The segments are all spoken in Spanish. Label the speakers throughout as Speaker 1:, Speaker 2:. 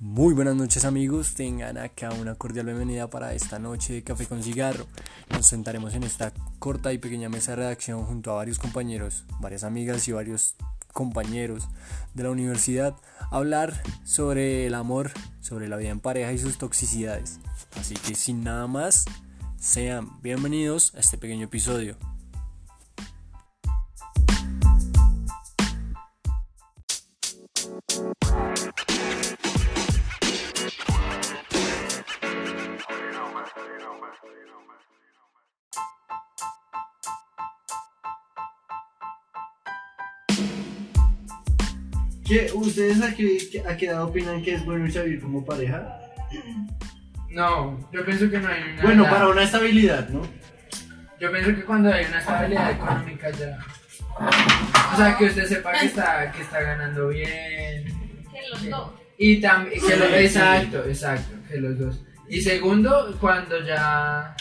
Speaker 1: Muy buenas noches amigos, tengan acá una cordial bienvenida para esta noche de Café con Cigarro. Nos sentaremos en esta corta y pequeña mesa de redacción junto a varios compañeros, varias amigas y varios compañeros de la universidad a hablar sobre el amor, sobre la vida en pareja y sus toxicidades. Así que sin nada más, sean bienvenidos a este pequeño episodio.
Speaker 2: ¿Qué- ¿Ustedes a qué, a qué edad opinan que es bueno irse a vivir como pareja?
Speaker 3: Ah,
Speaker 4: No, yo pienso que no hay una.
Speaker 2: Bueno,
Speaker 4: edad.
Speaker 2: para una estabilidad, ¿no?
Speaker 4: Yo pienso que cuando hay una
Speaker 2: Ah.
Speaker 4: estabilidad económica ya. O sea, que usted sepa que está, que está ganando bien.
Speaker 3: Que los dos.
Speaker 4: Y también.
Speaker 2: Sí, sí.
Speaker 4: Exacto, exacto, que los dos. Y segundo, cuando ya.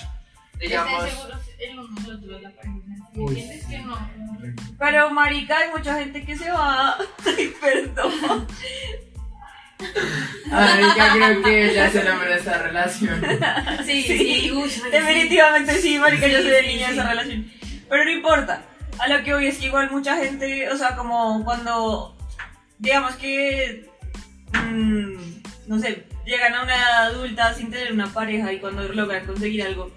Speaker 3: Estén
Speaker 4: Digamos.
Speaker 3: seguros en los números de la página. ¿Me
Speaker 4: Uy,
Speaker 3: entiendes
Speaker 4: sí.
Speaker 3: que no?
Speaker 5: Pero marica, hay mucha gente que se va. Ay, perdón.
Speaker 4: Marica, creo que ella se enamora de esta relación.
Speaker 3: Sí,
Speaker 5: Sí,
Speaker 3: sí, uy, sí.
Speaker 5: Definitivamente sí, marica, yo soy de
Speaker 3: Sí,
Speaker 5: niña
Speaker 3: sí,
Speaker 5: en esa
Speaker 3: sí.
Speaker 5: relación. Pero no importa. A lo que hoy es que igual mucha gente, o sea, como cuando, digamos que, mm, no sé, llegan a una edad adulta sin tener una pareja y cuando logran conseguir algo,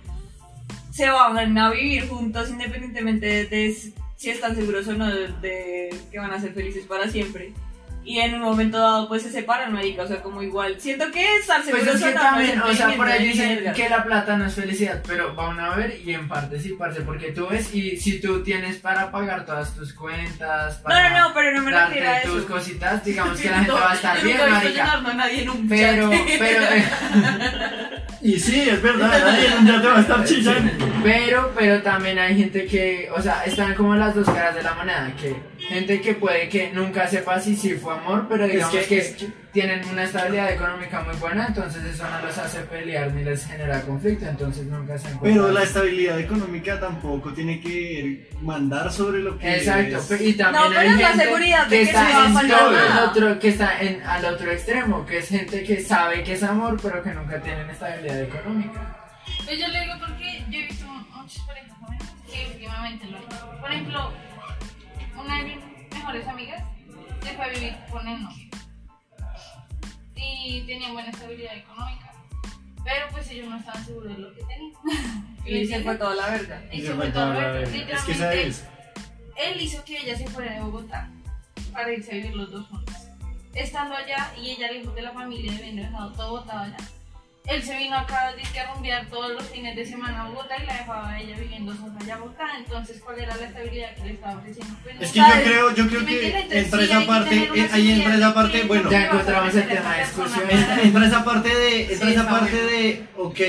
Speaker 5: se van a vivir juntos independientemente de, de si están seguros o no de, de que van a ser felices para siempre. Y en un momento dado, pues se separan, marica, o sea, como igual. Siento que estar
Speaker 4: Pues
Speaker 5: seguros
Speaker 4: es que
Speaker 5: o no, no es
Speaker 4: también, o sea, por ahí
Speaker 5: sentimiento de
Speaker 4: dicen
Speaker 5: verga.
Speaker 4: que la plata no es felicidad, pero va uno a ver y en parte sí, parte, porque tú ves y si tú tienes para pagar todas tus cuentas,
Speaker 5: No,
Speaker 4: para
Speaker 5: no, no, pero no me refiero a
Speaker 4: darte
Speaker 5: eso.
Speaker 4: tus cositas, digamos que la gente va a estar
Speaker 3: Yo
Speaker 4: bien,
Speaker 3: nunca he visto
Speaker 4: marica.
Speaker 3: llenarme a nadie en un
Speaker 4: Pero,
Speaker 3: chat.
Speaker 4: pero, eh,
Speaker 2: Y sí, es verdad, nadie ya te va a estar chillando.
Speaker 4: pero, pero también hay gente que, o sea, están como las dos caras de la moneda, que gente que puede que nunca sepa si sí fue amor, pero digamos
Speaker 2: que-
Speaker 4: que, tienen una estabilidad económica muy buena, entonces eso no los hace pelear ni les genera conflicto, entonces nunca se encuentran.
Speaker 2: Pero la estabilidad económica tampoco tiene que mandar sobre lo que
Speaker 4: Exacto,
Speaker 2: es.
Speaker 4: pe- y también
Speaker 5: No, pero
Speaker 4: hay
Speaker 5: es la
Speaker 4: gente
Speaker 5: seguridad de que
Speaker 4: está
Speaker 5: se va a
Speaker 4: en
Speaker 5: faltar
Speaker 4: todo el
Speaker 5: nada.
Speaker 4: otro, que está en, al otro extremo, que es gente que sabe que es amor, pero que nunca tienen estabilidad económica.
Speaker 3: Pues yo le digo porque yo he visto muchas parejas jóvenes que últimamente lo Por ejemplo, una de mis mejores amigas se fue a vivir con el novio. Y tenía buena estabilidad económica. Pero pues ellos no estaban seguros de lo que tenían.
Speaker 5: Y se fue toda la verga.
Speaker 3: Y
Speaker 2: Y
Speaker 3: se
Speaker 2: se
Speaker 3: fue
Speaker 2: faltaba
Speaker 3: todo
Speaker 2: la
Speaker 3: el
Speaker 2: verga. Es que esa es.
Speaker 3: Él hizo que ella se fuera de Bogotá para irse a vivir los dos juntos. Estando allá y ella lejos de la familia, habiendo dejado todo botado allá. Él se vino acá dizque, a rumbear todos los fines de semana a Bogotá y la dejaba a ella viviendo sola allá a Bogotá. Entonces, ¿cuál era la estabilidad que le estaba ofreciendo? Pues, no
Speaker 2: Es que yo
Speaker 3: sabes.
Speaker 2: creo, yo creo
Speaker 3: ¿Sí me entiendes?
Speaker 2: que
Speaker 3: Entonces,
Speaker 2: entra
Speaker 3: sí, hay
Speaker 2: esa
Speaker 3: que
Speaker 2: parte,
Speaker 3: tener una
Speaker 2: eh, ahí entra esa
Speaker 3: seguridad
Speaker 2: parte,
Speaker 3: que
Speaker 2: bueno,
Speaker 4: Ya
Speaker 3: no vas a
Speaker 4: encontramos el
Speaker 3: perder a
Speaker 4: tema de
Speaker 3: esa persona,
Speaker 4: discusión.
Speaker 3: ¿verdad?
Speaker 2: entra, entra esa parte de, entra
Speaker 3: Sí,
Speaker 2: esa
Speaker 3: está
Speaker 2: parte
Speaker 3: bueno.
Speaker 2: de, ok,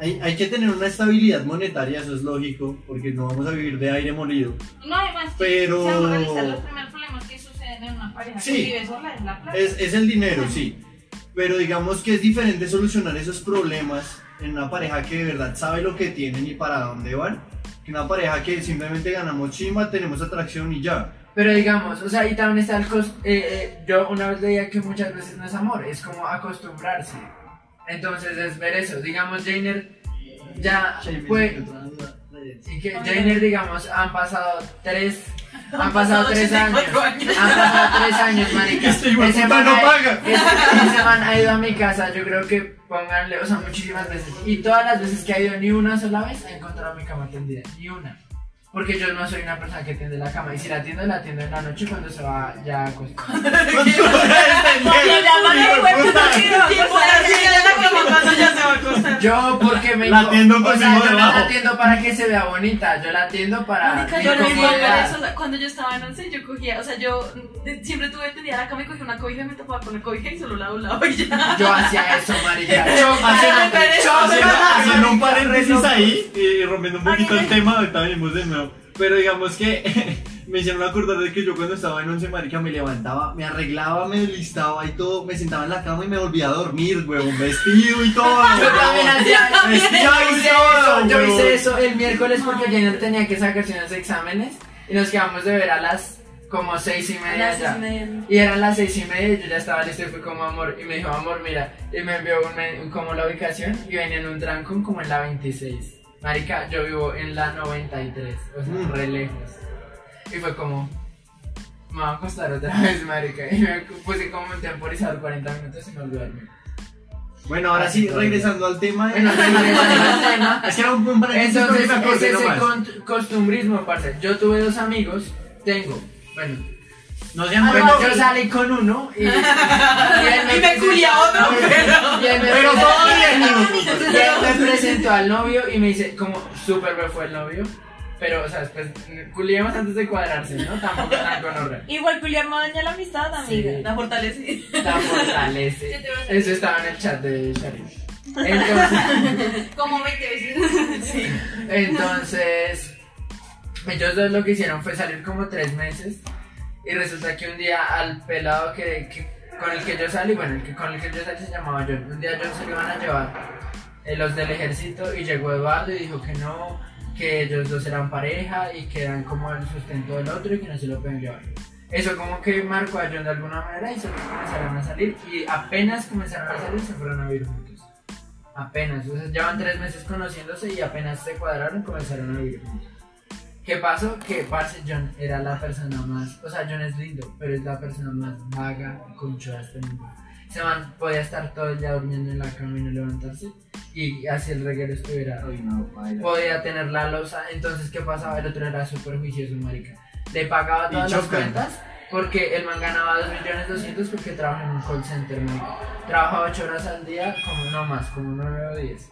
Speaker 2: hay, hay que tener una estabilidad monetaria, eso es lógico, porque no vamos a vivir de aire molido.
Speaker 3: No, además, que
Speaker 2: Pero-
Speaker 3: seamos realistas, los primeros problemas que suceden en una pareja
Speaker 2: Sí.
Speaker 3: que vive sola es la plata.
Speaker 2: Es, es el dinero, sí. Pero digamos que es diferente solucionar esos problemas en una pareja que de verdad sabe lo que tienen y para dónde van. Que una pareja que simplemente ganamos chimba, tenemos atracción y ya.
Speaker 4: Pero digamos, o sea, y también está el costo. yo una vez leía que muchas veces no es amor, es como acostumbrarse. Entonces es ver eso. Digamos, Jainer ya fue. Y que Jainer, digamos, han pasado tres. Han pasado tres años. Han pasado tres años, marica.
Speaker 2: Este hijo de
Speaker 4: Ese
Speaker 2: puta
Speaker 4: man
Speaker 2: no
Speaker 4: ha-
Speaker 2: paga.
Speaker 4: ese- ese man ha ido a mi casa, yo creo que pónganle, o sea, muchísimas veces. Y todas las veces que ha ido, ni una sola vez ha encontrado mi cama tendida. Ni una. Porque yo no soy una persona que tiende la cama. Y si la tiendo, la tiendo en la noche cuando se va ya a acostar.
Speaker 5: La mano de huevo no quiero acostar,
Speaker 3: sí,
Speaker 5: ya la cama cuando ya se va a acostar.
Speaker 4: Yo, porque me.
Speaker 2: La tiendo con
Speaker 4: o sea,
Speaker 2: mi
Speaker 4: yo no la
Speaker 2: debajo.
Speaker 4: tiendo para que se vea bonita. Yo la tiendo para.
Speaker 6: Marica,
Speaker 4: mi
Speaker 6: yo no digo
Speaker 4: comodidad.
Speaker 6: eso. o sea, Cuando yo estaba en 11, yo cogía, o sea, yo de- siempre tuve tendida la cama y cogía una cobija y me tapaba con la cobija y solo la doblaba y ya.
Speaker 4: Yo hacía eso, marica. Yo
Speaker 2: Haciendo- haciendo, haciendo un par de resis ahí y rompiendo un poquito el tema, ahorita venimos de nuevo. Pero digamos que me hicieron acordar de que yo cuando estaba en once marica me levantaba, me arreglaba, me listaba y todo, me sentaba en la cama y me volvía a dormir, huevón, vestido y todo.
Speaker 4: Yo también
Speaker 2: huevón.
Speaker 4: hacía eso.
Speaker 2: Vestido
Speaker 4: Yo
Speaker 2: y
Speaker 4: hice
Speaker 2: todo,
Speaker 4: eso, Pues, yo
Speaker 2: huevón.
Speaker 4: hice eso el miércoles porque Jenner tenía que sacarse unos exámenes y nos quedamos de ver a las como seis y
Speaker 6: A
Speaker 4: media
Speaker 6: las seis
Speaker 4: ya.
Speaker 6: y media.
Speaker 4: Y eran las seis y media y yo ya estaba listo y fui como amor. Y me dijo, amor, mira. Y me envió un men- como la ubicación y venía en un trancón como en la 26. Marica, yo vivo en la 93, o sea,
Speaker 2: Mm.
Speaker 4: re lejos. Y fue como, me va a acostar otra vez, marica. Y me puse como un temporizador 40 minutos y me olvidé dormir.
Speaker 2: Bueno, ahora sí, regresando al tema.
Speaker 4: Bueno, regresando al tema.
Speaker 2: Es que era un buen paréntesis, pero yo
Speaker 4: Entonces,
Speaker 2: me
Speaker 4: ese
Speaker 2: acordé
Speaker 4: es el
Speaker 2: nomás.
Speaker 4: con- costumbrismo, parce. Yo tuve dos amigos, tengo, bueno,
Speaker 2: Ah, No sean
Speaker 4: bueno,
Speaker 2: buenos.
Speaker 4: Ah, yo salí con uno y, y él
Speaker 5: Y me culia otro, pero-
Speaker 4: y él me-
Speaker 2: Pero todo bien,
Speaker 4: y él me presentó al novio y me dice, como, súper me fue el novio, pero, o sea, después, culiamos antes de cuadrarse, ¿no? Tampoco tan con horror.
Speaker 5: Igual culiar no daña la amistad, amiga.
Speaker 4: Sí.
Speaker 5: La fortalece.
Speaker 4: Tan fortalece.
Speaker 3: ¿Qué te vas a hacer?
Speaker 4: Eso estaba en el chat de Sharif. Entonces...
Speaker 3: Como 20 veces.
Speaker 4: Entonces, ellos dos lo que hicieron fue salir como tres meses y resulta que un día al pelado que, que- con el que yo salí, bueno, el que, con el que yo salí se llamaba John, un día John se lo iban a llevar eh, los del ejército y llegó Eduardo y dijo que no, que ellos dos eran pareja y que eran como el sustento del otro y que no se lo pueden llevar. Eso como que marcó a John de alguna manera y se comenzaron a salir y apenas comenzaron a salir se fueron a vivir juntos. Apenas, o sea, llevan tres meses conociéndose y apenas se cuadraron comenzaron a vivir juntos. ¿Qué pasó? Que parce John era la persona más, o sea, John es lindo, pero es la persona más vaga y conchuda de este mundo. Se man podía estar todo el día durmiendo en la cama y no levantarse y así el reguero estuviera podía tener la losa. Entonces, ¿qué pasaba? El otro era súper juicioso, marica. Le pagaba
Speaker 2: Y
Speaker 4: todas las
Speaker 2: chocan.
Speaker 4: cuentas porque el man ganaba 2 millones porque trabaja en un call center, marica. Trabaja 8 horas al día, como no más, como 9 o 10.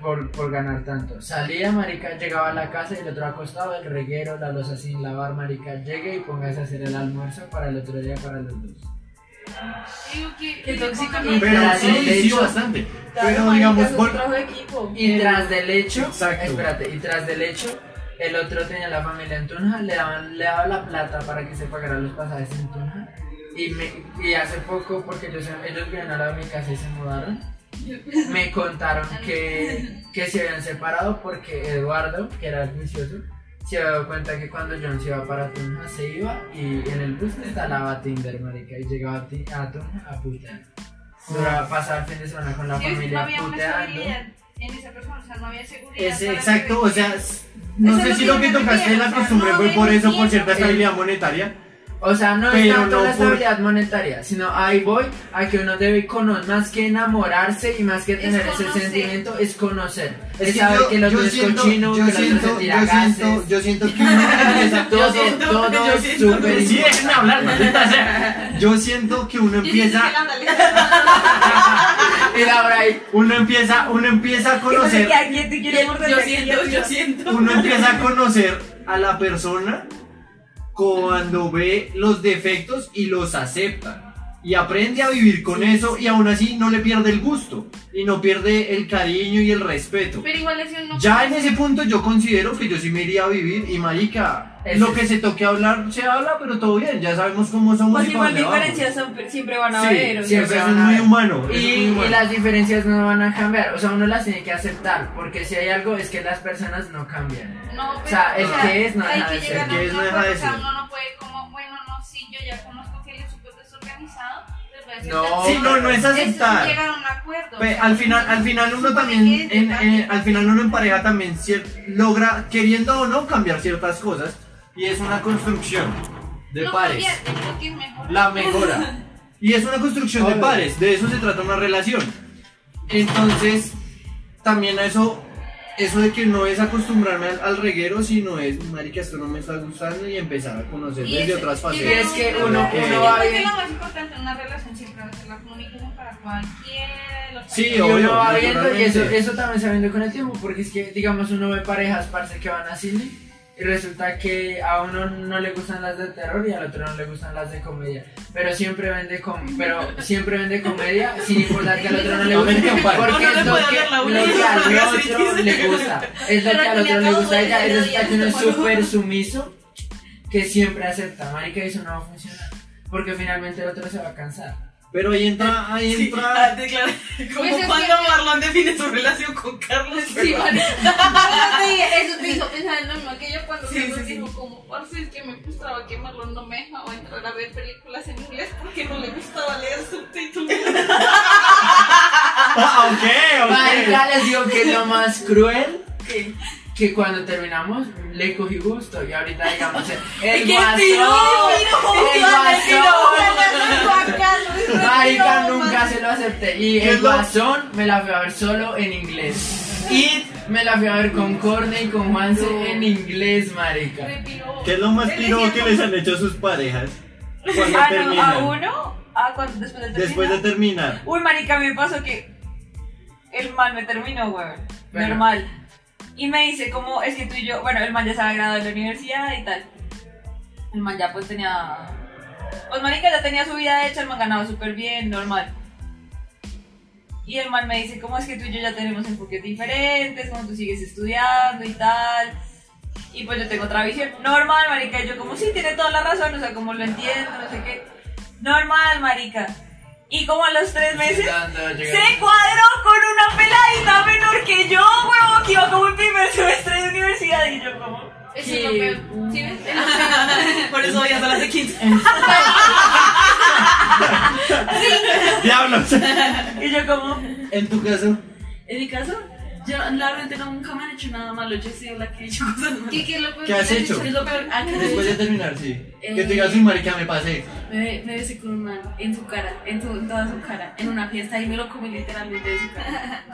Speaker 4: por, por ganar tanto. Salía, marica, llegaba a la casa y el otro acostado, el reguero, la losa sin lavar, marica. Llegue y póngase a hacer el almuerzo para el otro día para los dos.
Speaker 3: Digo que.
Speaker 6: Qué
Speaker 3: que
Speaker 6: tóxico,
Speaker 3: como-
Speaker 6: ¿no?
Speaker 2: Pero
Speaker 4: Literal,
Speaker 2: sí,
Speaker 4: de
Speaker 2: sí,
Speaker 4: hecho.
Speaker 2: bastante.
Speaker 5: Claro,
Speaker 2: Pero
Speaker 5: marica,
Speaker 2: digamos,
Speaker 5: es un
Speaker 2: vol-
Speaker 5: trabajo de equipo.
Speaker 4: Y tras del hecho,
Speaker 2: Exacto.
Speaker 4: espérate, y tras del hecho, el otro tenía la familia en Tunja, le daban, le daba la plata para que se pagaran los pasajes en Tunja. Y, me- y hace poco, porque ellos, ellos vivían al lado de mi casa y se mudaron, me contaron que, que se habían separado porque Eduardo, que era el juicioso, se había dado cuenta que cuando John se iba para Tunja, se iba y en el bus le instalaba Tinder, marica, y llegaba a, Ti- a Tunja a putear. Duraba pasar el fin de semana con la
Speaker 3: Sí, es que no
Speaker 4: familia
Speaker 3: había una
Speaker 4: puteando.
Speaker 3: seguridad en esa persona, o sea, no había seguridad.
Speaker 2: Es
Speaker 3: para
Speaker 2: exacto,
Speaker 3: que-
Speaker 2: o sea, s- no
Speaker 3: Eso es
Speaker 2: sé
Speaker 3: lo
Speaker 2: si
Speaker 3: que
Speaker 2: lo
Speaker 3: yo
Speaker 2: que
Speaker 3: me
Speaker 2: tocaste de
Speaker 3: refiero,
Speaker 2: la
Speaker 3: o sea,
Speaker 2: costumbre
Speaker 3: no
Speaker 2: fue por eso, por
Speaker 3: beneficia,
Speaker 2: cierta
Speaker 3: pero-
Speaker 2: estabilidad monetaria.
Speaker 4: O sea, no es
Speaker 2: Pero
Speaker 4: tanto
Speaker 2: no
Speaker 4: la
Speaker 2: por-
Speaker 4: estabilidad monetaria, sino ahí voy a que uno debe conocer, más que enamorarse y más que
Speaker 3: Es
Speaker 4: tener ese
Speaker 3: conocer.
Speaker 4: sentimiento, es conocer. Es,
Speaker 2: Es que
Speaker 4: saber
Speaker 2: yo-
Speaker 4: que el otro
Speaker 2: yo
Speaker 4: es
Speaker 2: siento-
Speaker 4: cochino, que
Speaker 2: yo
Speaker 4: el otro se
Speaker 2: siento-
Speaker 4: tira
Speaker 2: yo siento-
Speaker 4: gases.
Speaker 2: Yo siento que uno empieza
Speaker 4: Todo,
Speaker 5: siento-
Speaker 4: todo
Speaker 5: yo
Speaker 4: es
Speaker 5: siento-
Speaker 4: súper
Speaker 2: Sí,
Speaker 4: importante.
Speaker 2: déjenme hablar, maldita sea. Yo siento que uno
Speaker 3: Yo siento
Speaker 2: empieza,
Speaker 3: que la Natalia-
Speaker 4: Y Laura ahí,
Speaker 2: uno empieza, uno empieza a
Speaker 5: Que no sé
Speaker 2: conocer,
Speaker 5: qué, ¿a quién te quiere morder?
Speaker 6: Yo
Speaker 5: ¿A quién
Speaker 6: siento,
Speaker 5: te-
Speaker 6: yo siento.
Speaker 2: uno empieza a conocer a la persona cuando ve los defectos y los acepta. Y aprende a vivir con eso y aún así no le pierde el gusto y no pierde el cariño y el respeto.
Speaker 3: Pero igual es que uno.
Speaker 2: Ya en ese punto yo considero que yo sí me iría a vivir y marica,
Speaker 4: Eso
Speaker 2: lo
Speaker 4: es.
Speaker 2: que se toque hablar se habla, pero todo bien, ya sabemos cómo somos
Speaker 5: Pues
Speaker 2: y para
Speaker 5: igual
Speaker 2: dónde vamos.
Speaker 5: diferencias son- siempre van a
Speaker 2: Sí,
Speaker 5: haber. o sea,
Speaker 2: siempre
Speaker 4: siempre
Speaker 2: eso es
Speaker 4: van a
Speaker 2: muy
Speaker 4: haber.
Speaker 2: humano. eso es muy
Speaker 4: Y, y
Speaker 2: humano.
Speaker 4: las diferencias no van a cambiar, o sea, uno las tiene que aceptar, porque si hay algo es que las personas no cambian.
Speaker 3: No, pero,
Speaker 4: O sea, el que es no
Speaker 3: hay
Speaker 4: deja de
Speaker 3: que
Speaker 4: ser.
Speaker 3: llegar
Speaker 2: El que
Speaker 3: a
Speaker 2: es
Speaker 3: un
Speaker 2: no deja
Speaker 3: acuerdo,
Speaker 2: de
Speaker 3: o sea,
Speaker 2: ser.
Speaker 3: uno no puede como, bueno, no, sí, yo ya conozco que él es súper desorganizado, pero voy a
Speaker 4: No.
Speaker 3: aceptar que
Speaker 2: Sí, no, no es
Speaker 3: eso
Speaker 2: aceptar.
Speaker 3: llegar a un acuerdo.
Speaker 2: Pe- Pues, al final, al final uno
Speaker 3: Supone que
Speaker 2: también,
Speaker 3: es
Speaker 2: en,
Speaker 3: debate.
Speaker 2: eh, al final uno en pareja también cier- logra, queriendo o no, cambiar ciertas cosas y es una construcción de
Speaker 3: no
Speaker 2: pares,
Speaker 3: cambiar, yo creo que es mejor.
Speaker 2: la mejora y es una construcción de
Speaker 4: Obvio.
Speaker 2: pares, de eso se trata una relación. Entonces, también a eso, eso de que no es acostumbrarme al, al reguero, sino es, marica, esto no me está gustando y empezar a conocer
Speaker 3: Y
Speaker 2: desde
Speaker 3: es-
Speaker 2: otras
Speaker 3: yo
Speaker 2: facetas.
Speaker 3: creo
Speaker 4: Es que uno-
Speaker 3: yo
Speaker 2: uno
Speaker 3: creo
Speaker 4: va
Speaker 3: que
Speaker 4: bien.
Speaker 3: lo más importante en una relación siempre va a ser la comunicación para cualquiera de los
Speaker 2: Sí,
Speaker 4: Y
Speaker 3: factores.
Speaker 2: obvio,
Speaker 4: uno va viendo y eso,
Speaker 2: naturalmente.
Speaker 4: eso también se va viendo con el tiempo, porque es que, digamos, uno ve parejas, parce, que van a cine y resulta que a uno no le gustan las de terror y al otro no le gustan las de comedia, pero siempre vende, com pero siempre vende comedia sin importar que al otro no le guste,
Speaker 2: American Pie.
Speaker 4: porque
Speaker 6: Uno
Speaker 4: es
Speaker 6: le
Speaker 4: lo
Speaker 6: puede
Speaker 4: que,
Speaker 6: dar la
Speaker 4: lo que
Speaker 6: última
Speaker 4: al
Speaker 6: frase que
Speaker 4: otro
Speaker 6: dice.
Speaker 4: le gusta, es lo
Speaker 3: Pero
Speaker 4: que al
Speaker 3: al fin
Speaker 4: otro
Speaker 3: y al
Speaker 4: le
Speaker 3: cabo
Speaker 4: gusta a ella, y
Speaker 3: duele,
Speaker 4: resulta que uno es
Speaker 3: duele.
Speaker 4: súper sumiso, que siempre acepta, marica, y eso no va a funcionar, porque finalmente el otro se va a cansar.
Speaker 2: Pero ahí entra, ahí
Speaker 5: Sí,
Speaker 2: entra.
Speaker 5: ah, declara-
Speaker 3: Pues es
Speaker 5: Como cuando
Speaker 3: que-
Speaker 5: Marlon define su relación con Carlos.
Speaker 3: Sí,
Speaker 5: pero-
Speaker 3: María. No, no te diga, Eso te hizo pensar en lo mismo que yo cuando
Speaker 5: Sí,
Speaker 3: me
Speaker 5: sí, sí.
Speaker 3: dijo como, parce, es que me frustraba que Marlon no me dejaba entrar a ver películas en inglés porque no le gustaba leer subtítulos.
Speaker 2: Ah, ok, ok.
Speaker 4: Marica, les digo que es lo más cruel
Speaker 5: ¿Qué?
Speaker 4: que cuando terminamos le cogí gusto y ahorita digamos el
Speaker 5: ¿Y
Speaker 4: el
Speaker 5: quién
Speaker 4: guasón,
Speaker 5: tiró?
Speaker 4: el
Speaker 5: ¿Quién tiró?
Speaker 4: guasón.
Speaker 3: Carlos,
Speaker 4: Marica, nunca se lo acepté.
Speaker 2: ¿Qué
Speaker 4: Y
Speaker 2: es
Speaker 4: el
Speaker 2: lo-
Speaker 4: guasón me la fui a ver solo en inglés. Y me la fui a ver con Corne y con Juanse en inglés, marica.
Speaker 2: ¿Qué es lo más
Speaker 3: Él
Speaker 2: piro que
Speaker 3: decía-
Speaker 2: les han hecho a sus parejas cuando
Speaker 5: Ah, no, a
Speaker 2: terminan?
Speaker 5: uno. Ah, cuando, después de terminar.
Speaker 2: Después de terminar.
Speaker 5: Uy, marica, me pasó que el man me terminó, weón.
Speaker 4: Bueno.
Speaker 5: Normal. Y me dice, como es que tú y yo, bueno, el man ya se había graduado de la universidad y tal. El man ya pues tenía... Pues marica ya tenía su vida hecha, el man ganaba súper bien, normal. Y el man me dice, como es que tú y yo ya tenemos enfoques diferentes, como tú sigues estudiando y tal. Y pues yo tengo otra visión. Normal, marica. Y Yo como, sí, tiene toda la razón, o sea, como lo entiendo, no sé qué. Normal, marica. Y como a los tres meses,
Speaker 4: Dando, llegando.
Speaker 5: se cuadró con una peladita menor que yo, huevo, que iba como en primer semestre de universidad. Y yo como...
Speaker 3: Eso es lo peor. ¿Sí ves? Es lo peor.
Speaker 5: Por eso ya son las de 15.
Speaker 2: ¡Diablos!
Speaker 5: Y yo como...
Speaker 2: En tu caso.
Speaker 6: En mi caso, yo la verdad no, nunca me han hecho nada malo. Yo he sido la que he hecho cosas malas.
Speaker 3: ¿Qué, qué es lo peor?
Speaker 2: ¿Qué has
Speaker 3: que
Speaker 2: hecho?
Speaker 6: Es lo peor. Ah, que
Speaker 2: Después de terminar, sí. Que
Speaker 6: Eh.
Speaker 2: te digas, uy, marica, me pasé.
Speaker 6: me, me besé con un man en su cara, en, su- en toda su cara, en una fiesta y me lo comí literalmente de su cara.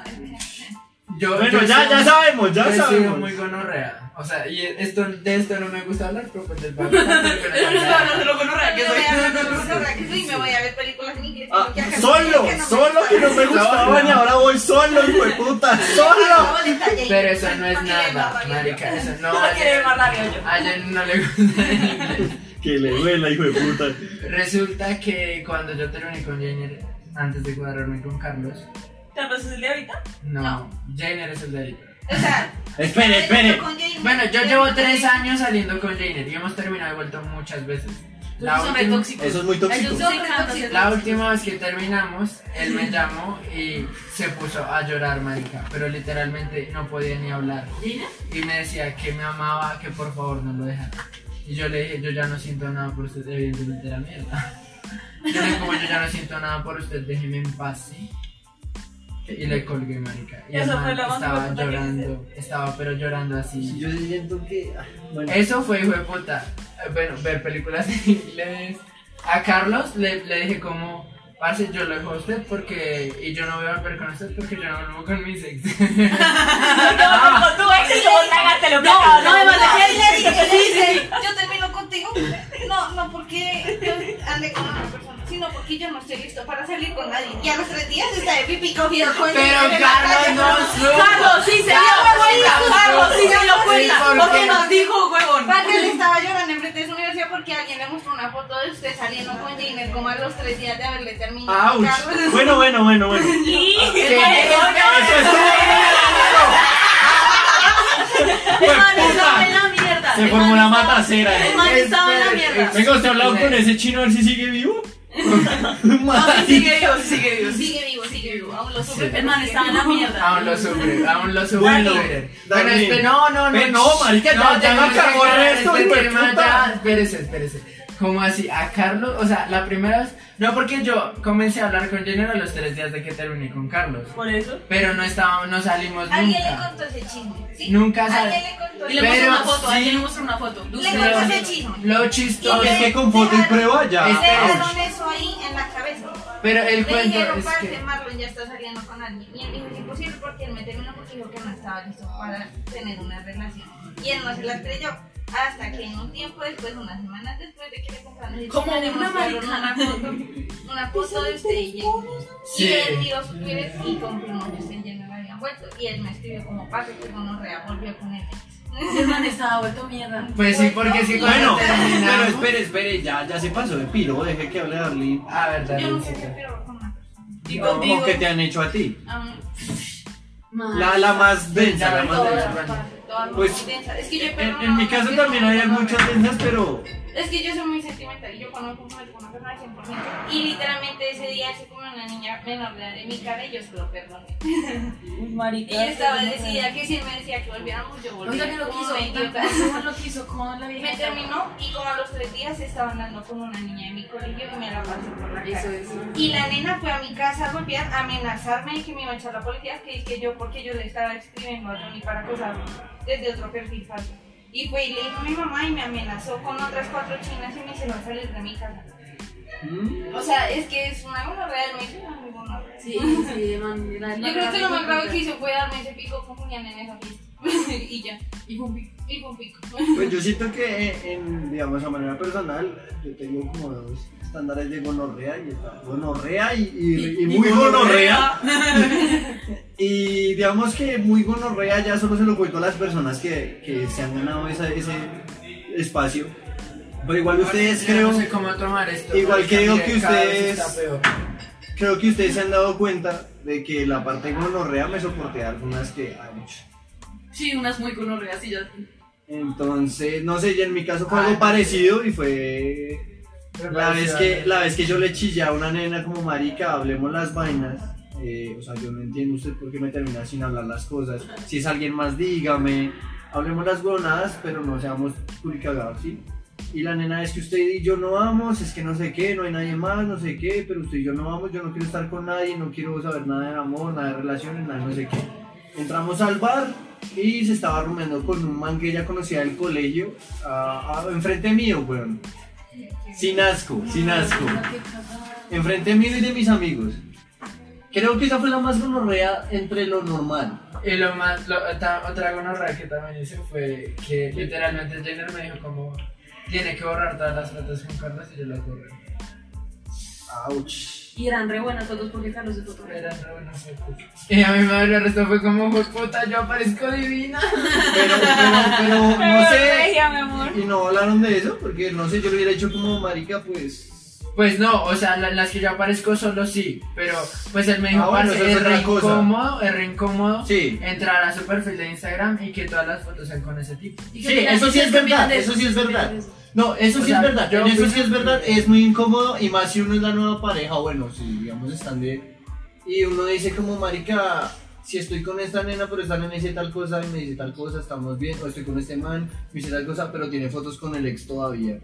Speaker 4: Yo,
Speaker 2: Bueno,
Speaker 4: yo
Speaker 2: ya,
Speaker 4: soy-
Speaker 2: ya sabemos,
Speaker 4: yo
Speaker 2: ya
Speaker 4: he sido
Speaker 2: sabemos.
Speaker 4: Pues muy gonorrea. O sea, y esto, de esto no me gusta hablar, pero pues del barrio.
Speaker 6: Pero no estaba hablando de lo gonorrea que
Speaker 3: Yo voy
Speaker 6: soy.
Speaker 3: a ver películas en inglés, me voy a ver películas en inglés.
Speaker 2: Ah,
Speaker 3: porque acá
Speaker 2: solo,
Speaker 3: que no me
Speaker 2: solo que no me gustaban y ahora voy solo, hijo de puta. ¡Solo!
Speaker 4: Pero eso no es nada, marica. Eso no.
Speaker 5: No
Speaker 4: a
Speaker 5: quiere
Speaker 4: Jen-
Speaker 5: ver más labio yo.
Speaker 4: A Jen no le gusta el inglés.
Speaker 2: Que le duela, hijo de puta.
Speaker 4: Resulta que cuando yo terminé con Jenner, antes de cuadrarme con Carlos,
Speaker 5: Carlos es el de ahorita.
Speaker 4: no, Jenner es el de ahí.
Speaker 3: O sea,
Speaker 2: Espere, espere.
Speaker 4: Bueno, yo llevo tres años saliendo con Jenner y hemos terminado y vuelto muchas veces. La
Speaker 6: Son re
Speaker 4: última-
Speaker 6: tóxicos.
Speaker 2: Eso es muy tóxico.
Speaker 6: Ellos se encantan ser
Speaker 4: La
Speaker 6: tóxicos.
Speaker 4: última vez que terminamos, él me llamó y se puso a llorar, marica. Pero literalmente no podía ni hablar.
Speaker 6: ¿Gina?
Speaker 4: Y me decía que me amaba, que por favor no lo dejara. Y yo le dije, yo ya no siento nada por usted, evidentemente era mierda. Yo le dije, como yo ya no siento nada por usted, déjeme en paz, ¿sí? Y le colgué, marica. Y el
Speaker 5: Eso fue
Speaker 4: man
Speaker 5: lo más
Speaker 4: estaba
Speaker 5: hijueputa que
Speaker 4: llorando, estaba pero llorando así.
Speaker 2: Yo siento que. ah, Bueno,
Speaker 4: Eso fue hijo de puta. Eh, Bueno, ver películas en inglés. A Carlos le, le dije como, parce, yo lo dejo a usted porque, y yo no voy a volver con usted porque yo no vuelvo con mis ex.
Speaker 5: Porque vos con tu ex y como trágatelo. No, no me
Speaker 3: Yo termino contigo. No, no porque yo ande con otra persona, sino porque yo no estoy listo para salir con nadie. Y a los tres días está de pipi cogido con
Speaker 4: Pero
Speaker 3: en la
Speaker 4: Carlos
Speaker 3: calle,
Speaker 4: no supo.
Speaker 5: Carlos, sí se dio cuenta. Carlos, sí se dio
Speaker 4: Sí,
Speaker 5: cuenta.
Speaker 4: porque-
Speaker 5: Porque nos dijo, huevón.
Speaker 3: Padre le estaba llorando enfrente de su universidad porque alguien le mostró una foto de usted saliendo con Jane como a los tres días de haberle terminado.
Speaker 2: ¡Auch!
Speaker 3: Carlos.
Speaker 2: Bueno, bueno, bueno, bueno.
Speaker 5: Y...
Speaker 2: ¡Eso es
Speaker 6: El man estaba en
Speaker 2: puta!
Speaker 6: la mierda.
Speaker 2: Se
Speaker 6: El
Speaker 2: formó
Speaker 6: man
Speaker 2: la
Speaker 6: estaba-
Speaker 2: matacera.
Speaker 6: El man estaba en la mierda.
Speaker 2: Venga, ¿usted ha hablado
Speaker 3: Pues,
Speaker 2: con ese chino a ver si sigue vivo?
Speaker 6: No, sí sigue vivo, sí sigue vivo. sí.
Speaker 3: Sigue vivo, sigue vivo. Aún lo sufre.
Speaker 6: El man estaba en la mierda.
Speaker 4: Aún lo sufre, aún lo sufre.
Speaker 2: Bueno,
Speaker 4: Bueno,
Speaker 2: Darlene.
Speaker 4: este, no, no, no.
Speaker 2: Ve, no, marica, ya- ya me
Speaker 4: tenemos que
Speaker 2: acabó el
Speaker 4: aclarar
Speaker 2: resto,
Speaker 4: este
Speaker 2: hijo de
Speaker 4: tema,
Speaker 2: puta.
Speaker 4: ya, espérese, espérese. Como así, a Carlos, o sea, la primera vez, no porque yo comencé a hablar con Jenner a los tres días de que terminé con Carlos.
Speaker 5: Por eso.
Speaker 4: Pero no estábamos, no salimos
Speaker 3: Alguien le
Speaker 4: nunca.
Speaker 3: contó ese chisme. ¿sí?
Speaker 4: Nunca sal-
Speaker 3: Alguien le contó
Speaker 6: Y le
Speaker 3: ese
Speaker 6: mostré
Speaker 4: Pero
Speaker 6: una foto,
Speaker 4: sí.
Speaker 6: a alguien le mostré una foto.
Speaker 3: Le
Speaker 4: Pero-
Speaker 3: contó ese chisme.
Speaker 4: Lo
Speaker 3: Y
Speaker 4: chistoso.
Speaker 3: le
Speaker 2: es que con foto y
Speaker 3: dejaron-
Speaker 2: prueba ya. Este
Speaker 3: Le
Speaker 4: Espera.
Speaker 3: dejaron eso ahí en la cabeza.
Speaker 4: Pero el
Speaker 3: Le
Speaker 4: cuento
Speaker 3: dijeron,
Speaker 4: es
Speaker 3: parce,
Speaker 4: que.
Speaker 3: Marlon ya está saliendo con alguien. Y él dijo, es imposible porque él me terminó porque dijo que no estaba listo para tener una relación. Y él no se la creyó. Hasta que en un tiempo después, unas semanas después de que le contaron, el
Speaker 6: Como
Speaker 3: chisme, le
Speaker 6: una
Speaker 3: mostraron
Speaker 6: maricana
Speaker 3: una foto, una foto de usted y Jenny.
Speaker 4: Sí.
Speaker 3: Y él dio su Twitter y confirmó que usted y Jenny no habían vuelto. Y él me escribió como, parce, que no volvió con él.
Speaker 6: El man estaba vuelto mierda.
Speaker 4: Pues sí, porque sí, cuando
Speaker 2: Bueno, pero
Speaker 4: terminamos.
Speaker 2: espere, espere, ya, ya se pasó de piro, deje que hable Darlene.
Speaker 4: A ver,
Speaker 3: Yo
Speaker 4: dale.
Speaker 3: no sé qué peor con una persona.
Speaker 5: Y
Speaker 2: No,
Speaker 5: contigo.
Speaker 2: ¿Qué te han hecho a ti?
Speaker 3: Aún Ah,
Speaker 6: Man.
Speaker 2: La, la más densa, la más
Speaker 3: todas,
Speaker 2: densa.
Speaker 3: todas, todas
Speaker 2: Pues,
Speaker 3: muy densas. Es que yo
Speaker 2: En,
Speaker 3: perdonaba
Speaker 2: en mi
Speaker 3: más
Speaker 2: caso
Speaker 3: que
Speaker 2: también
Speaker 3: todo,
Speaker 2: había
Speaker 3: no, no,
Speaker 2: muchas densas, pero
Speaker 3: Es que yo soy muy sentimental y yo cuando me comprometo con una persona 100%. Y literalmente ese día él se comió una niña menor de edad en mi cara y yo se lo perdoné.
Speaker 5: Uy, marica.
Speaker 3: Ella estaba
Speaker 5: no, no,
Speaker 3: decidida que si él me decía que volviéramos, yo
Speaker 6: O
Speaker 3: volvía.
Speaker 6: sea que lo
Speaker 3: como
Speaker 6: quiso,
Speaker 3: una idiota.
Speaker 6: no lo quiso con la vieja.
Speaker 3: Me terminó y como a los tres días estaba andando con una niña de mi colegio y me la pasé por la
Speaker 6: Eso
Speaker 3: cara.
Speaker 6: es.
Speaker 3: Y la nena fue a mi casa a golpear, a amenazarme que me iba a echar la policía, que es que yo, porque yo le estaba escribiendo a Tony para acosarme desde otro perfil falso. Y fue y le dijo a mi mamá y me amenazó con otras cuatro chinas y me hicieron salir de mi casa.
Speaker 6: ¿Mm?
Speaker 3: O sea, es que es una gonorrea, él me hizo una muy gonorrea.
Speaker 6: Sí, sí, man. Yo
Speaker 3: Yo creo que lo más grave que hizo fue darme ese pico con Julián en esa fiesta. y ya,
Speaker 6: Y fue un pico.
Speaker 3: y fue un pico.
Speaker 2: Pues yo siento que eh, en, digamos, a manera personal, yo tengo como dos estándares de gonorrea y está gonorrea y, y- y muy gonorrea. y digamos que muy gonorrea ya solo se lo cuento a las personas que, que se han ganado esa- ese espacio. Pero igual ustedes
Speaker 4: Yo
Speaker 2: creo...
Speaker 4: No sé cómo tomar esto.
Speaker 2: Igual
Speaker 4: marica,
Speaker 2: creo
Speaker 4: mira,
Speaker 2: que
Speaker 4: cada vez
Speaker 2: ustedes-
Speaker 4: está peor.
Speaker 2: Creo que ustedes se han dado cuenta de que la parte gonorrea me soporté algunas que ouch.
Speaker 6: Sí, unas muy gonorreas y ya.
Speaker 2: Entonces, no sé, y en mi caso fue
Speaker 4: Ah,
Speaker 2: algo
Speaker 4: sí.
Speaker 2: parecido y fue
Speaker 4: Pero
Speaker 2: la
Speaker 4: parece
Speaker 2: vez
Speaker 4: algo.
Speaker 2: que la vez que yo le chillé a una nena como marica, hablemos las vainas. eh, o sea, yo no entiendo usted por qué me termina sin hablar las cosas. Si es alguien más, dígame. Hablemos las huevonadas, pero no seamos culicagados, ¿sí? Y la nena es que usted y yo no vamos, es que no sé qué, no hay nadie más, no sé qué, pero usted y yo no vamos, yo no quiero estar con nadie, no quiero saber nada de amor, nada de relaciones, nada, de no sé qué. Entramos al bar y se estaba rumiando con un man que ella conocía del colegio, a- a- enfrente mío, weón. Sin asco, sin asco. Enfrente mío y de mis amigos. Creo que esa fue la más gonorrea entre lo normal.
Speaker 4: Y lo más, lo- ta- otra gonorrea que también hice fue que literalmente Jenner me dijo como tiene que borrar todas las fotos con Carlos y yo las borré.
Speaker 2: Ouch.
Speaker 6: Y eran re buenas fotos porque Carlos se fotografía.
Speaker 4: Eran re buenas fotos. Y a mi madre el resto fue como, "Jue puta, yo aparezco divina.
Speaker 2: Pero, pero, pero, no sé.
Speaker 5: regia, mi amor.
Speaker 2: Y no hablaron de eso porque no sé, yo lo hubiera hecho como marica, pues.
Speaker 4: Pues no, o sea, la- las que yo aparezco solo sí, pero pues él me dijo,
Speaker 2: Ah, bueno,
Speaker 4: "Parce,
Speaker 2: eso es
Speaker 4: es re
Speaker 2: otra cosa".
Speaker 4: incómodo, es re incómodo
Speaker 2: Sí.
Speaker 4: entrar a su perfil de Instagram y que todas las fotos sean con ese tipo.
Speaker 2: Sí, eso sí es verdad, eso sí es verdad. No, eso
Speaker 4: O
Speaker 2: sí
Speaker 4: sea,
Speaker 2: es verdad.
Speaker 4: yo
Speaker 2: en eso
Speaker 4: opino
Speaker 2: sí es
Speaker 4: que-
Speaker 2: verdad, es muy incómodo y más si uno es la nueva pareja, bueno, si digamos están de y uno dice como marica, si estoy con esta nena, pero esta nena dice tal cosa y me dice tal cosa, estamos bien, o estoy con este man, me dice tal cosa, pero tiene fotos con el ex todavía.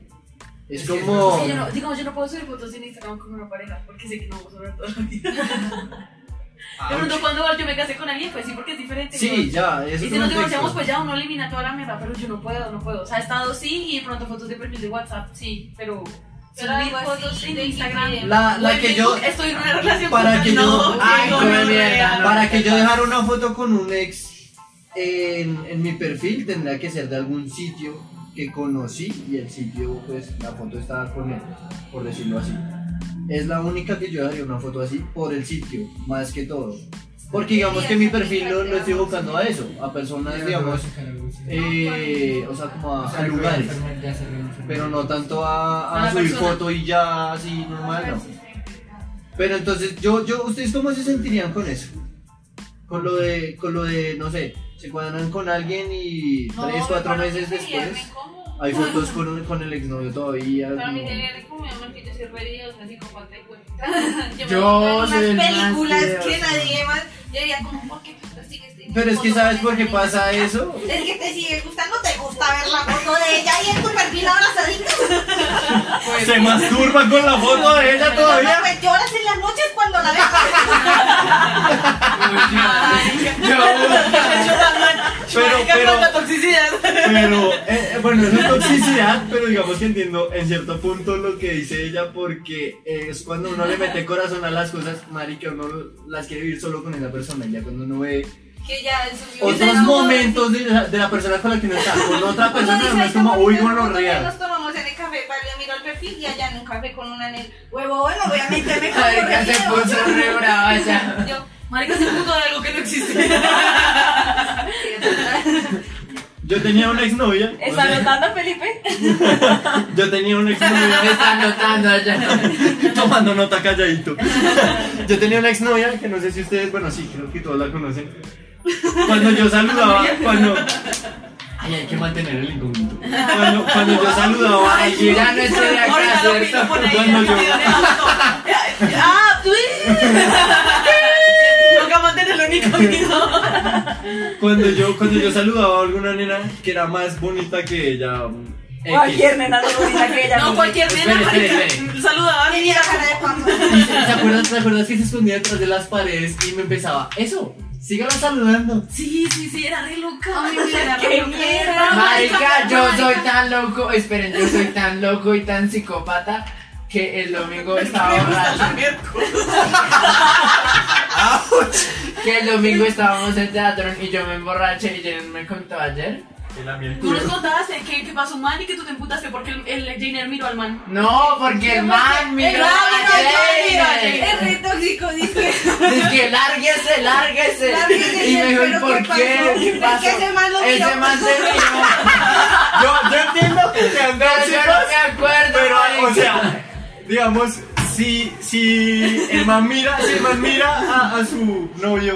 Speaker 2: Es
Speaker 4: Es que
Speaker 2: como
Speaker 6: Sí, yo no, digamos, yo no puedo subir fotos en Instagram con una pareja porque sé que no vamos a ver toda la vida. De
Speaker 2: Ouch.
Speaker 6: pronto, cuando yo me casé con alguien, pues sí, porque es diferente.
Speaker 2: Sí,
Speaker 6: ¿no?
Speaker 2: ya, eso
Speaker 6: Y
Speaker 2: es
Speaker 6: si nos
Speaker 2: contexto.
Speaker 6: divorciamos, pues ya uno elimina toda la mierda, pero yo no puedo, no puedo. O sea, estado sí y de pronto fotos de perfil de WhatsApp, sí, pero.
Speaker 3: Pero
Speaker 6: subir
Speaker 3: algo así,
Speaker 6: fotos en
Speaker 3: de
Speaker 6: Instagram.
Speaker 3: Instagram.
Speaker 2: Ah, La,
Speaker 6: o
Speaker 2: la
Speaker 5: pues,
Speaker 6: en
Speaker 2: que yo Ah,
Speaker 6: Facebook, Estoy en una relación
Speaker 2: para
Speaker 6: con-
Speaker 2: que yo-
Speaker 6: No,
Speaker 4: Ay,
Speaker 6: qué
Speaker 4: qué
Speaker 6: gonorrea.
Speaker 4: mierda, no.
Speaker 2: Para que yo dejara una foto con un ex en, en mi perfil tendría que ser de algún sitio que conocí y el sitio, pues la foto estaba con él, por decirlo así. Es la única que yo dejaría una foto así por el sitio, más que todo. Porque digamos que mi perfil lo, lo estoy buscando a eso, a personas, digamos, eh, o sea, como a, a lugares, pero no tanto a, a
Speaker 6: A
Speaker 2: subir
Speaker 6: personas.
Speaker 2: foto y ya así normal, no. Pero entonces, yo, yo, ¿ustedes cómo se sentirían con eso? Con lo de, con lo de, no sé, se cuadran con alguien y
Speaker 3: No,
Speaker 2: tres, cuatro
Speaker 3: para mí
Speaker 2: meses
Speaker 3: sería
Speaker 2: después
Speaker 3: re cómodo.
Speaker 2: hay fotos con, un- con el exnovio todavía.
Speaker 3: Para mí
Speaker 2: como-
Speaker 3: sería re cómodo, porque yo soy re diosa, psicópata y cuenta.
Speaker 4: Yo soy el
Speaker 3: unas
Speaker 4: más
Speaker 3: películas que
Speaker 4: diosa.
Speaker 3: nadie más. Yo diría, como, ¿por qué Este putas sigues teniendo
Speaker 2: Pero es que
Speaker 3: fotos
Speaker 2: ¿sabes
Speaker 3: con
Speaker 2: por qué
Speaker 3: esa niña?
Speaker 2: pasa eso?
Speaker 3: Es que te sigue gustando, te gusta ver la foto de ella y en tu perfil abrazadita.
Speaker 2: Se masturba con la foto de ella
Speaker 3: No, pues lloras en las noches cuando la ves.
Speaker 2: Pero, pero,
Speaker 5: La toxicidad.
Speaker 2: pero, eh, eh, bueno, eso es toxicidad, pero digamos que entiendo en cierto punto lo que dice ella porque es cuando uno le mete corazón a las cosas, marica, uno las quiere vivir solo con esa persona, ya cuando uno ve
Speaker 3: Que ya subió.
Speaker 2: otros momentos de la, de la persona con la que uno está, con otra persona, no es como, uy, gonorrea.
Speaker 3: Nos tomamos en el café, para yo miro el perfil y allá en un café con una nena. Huevo, bueno, voy a meterme con el
Speaker 4: Marica se
Speaker 3: perfil.
Speaker 4: puso re brava ya.
Speaker 3: Yo,
Speaker 6: Marica se puto de algo que no existe.
Speaker 2: Yo tenía una exnovia. o
Speaker 5: ¿Está
Speaker 2: sea,
Speaker 5: anotando, Felipe?
Speaker 2: yo tenía una
Speaker 4: Me
Speaker 2: exnovia.
Speaker 4: está anotando allá.
Speaker 2: Tomando nota calladito. Yo tenía una exnovia que no sé si ustedes, bueno, sí, creo que todos la conocen. Cuando yo saludaba, cuando, Ay, hay que mantener el incógnito. Cuando, cuando yo saludaba a alguien.
Speaker 4: Ya no estoy acá,
Speaker 6: Ahorita lo
Speaker 4: ¿cierto?
Speaker 6: pido por ahí.
Speaker 2: Cuando yo-
Speaker 5: ¡Ah!
Speaker 6: Nunca mantenerlo ni conmigo.
Speaker 2: Cuando yo, cuando yo saludaba a alguna nena que era más bonita que ella. mm, X.
Speaker 5: Cualquier nena de bonita que ella.
Speaker 6: No, cualquier
Speaker 2: Espere,
Speaker 6: nena,
Speaker 2: espere,
Speaker 6: marica. Saludaba.
Speaker 5: Tenía la cara de papa.
Speaker 2: ¿Y ¿Te te acuerdas, te acuerdas que se escondía detrás de las paredes y me empezaba? Eso, sígala saludando.
Speaker 6: Sí, sí, sí, era re loca.
Speaker 3: Ay,
Speaker 6: o sea, era
Speaker 3: qué
Speaker 6: re loca.
Speaker 5: mierda.
Speaker 4: Marica, yo soy tan loco, esperen, yo soy tan loco y tan psicópata que el domingo estaba borracho. Que el domingo estábamos en teatro y yo me emborraché y Jen me contó ayer.
Speaker 6: Tú nos contaste que, que pasó un man y que tú te emputaste porque el, el Jainer miró al man.
Speaker 4: No, porque el man miró a Jen.
Speaker 3: Es re tóxico, dice.
Speaker 4: Es que lárguese, lárguese.
Speaker 5: Lárguese,
Speaker 4: Y me dijo, ¿y
Speaker 5: pero
Speaker 4: por qué?
Speaker 5: qué pasó?
Speaker 4: ¿Qué
Speaker 5: Es
Speaker 4: pasó?
Speaker 5: que ese man lo miró.
Speaker 4: Ese man se miró.
Speaker 2: Yo, yo entiendo que sean
Speaker 4: Pero yo no me
Speaker 2: tóxicos,
Speaker 4: acuerdo.
Speaker 2: pero, o
Speaker 4: marica.
Speaker 2: sea, digamos, si, si el man mira, si el man mira a, a su novio,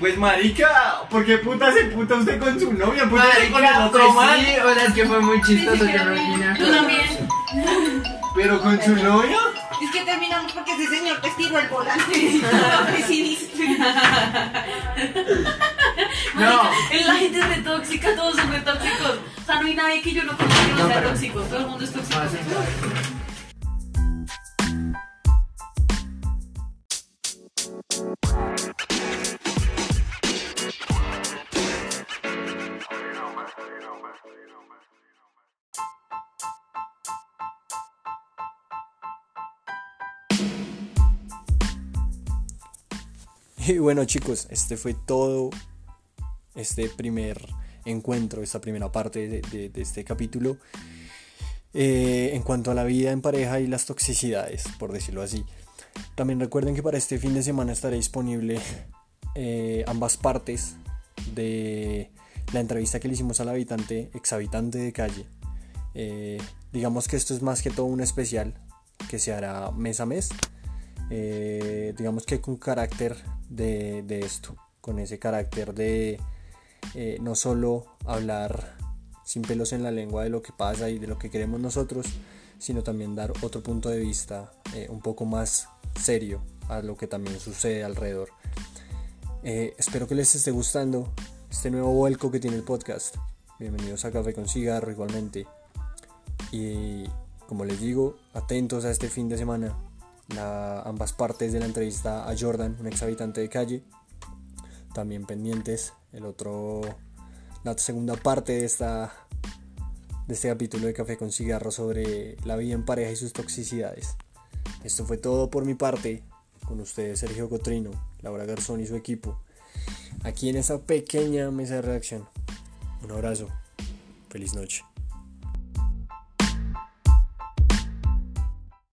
Speaker 2: pues marica, ¿por qué puta se puta usted con su novio? Puta con el
Speaker 4: Marica, pues
Speaker 2: otro man,
Speaker 4: sí, o sea, es que fue muy chistoso, yo no
Speaker 3: Yo también.
Speaker 2: pero con su novio.
Speaker 5: Es que terminamos porque ese señor te estiró el volante.
Speaker 4: No,
Speaker 6: Eh, La gente es re tóxica, todos son re tóxicos. O sea, no hay nadie que yo no conozca que no sea tóxico. Todo el mundo es tóxico.
Speaker 4: no, sí,
Speaker 1: Y bueno chicos, este fue todo este primer encuentro, esta primera parte de, de- de este capítulo eh, en cuanto a la vida en pareja y las toxicidades, por decirlo así. También recuerden que para este fin de semana estará disponible eh, ambas partes de la entrevista que le hicimos al habitante, exhabitante de calle. Eh, digamos que esto es más que todo un especial que se hará mes a mes eh, digamos que con carácter de, de esto, con ese carácter de eh, no solo hablar sin pelos en la lengua de lo que pasa y de lo que queremos nosotros, sino también dar otro punto de vista eh, un poco más serio a lo que también sucede alrededor. Eh, espero que les esté gustando este nuevo vuelco que tiene el podcast. Bienvenidos a Café con Cigarro igualmente. Y como les digo, atentos a este fin de semana. La- ambas partes de la entrevista a Jordan, un ex habitante de calle. También pendientes el otro, la segunda parte de, esta, de este capítulo de Café con Cigarro sobre la vida en pareja y sus toxicidades. Esto fue todo por mi parte. Con ustedes Sergio Cotrino, Laura Garzón y su equipo. Aquí en esta pequeña mesa de redacción. Un abrazo. Feliz noche.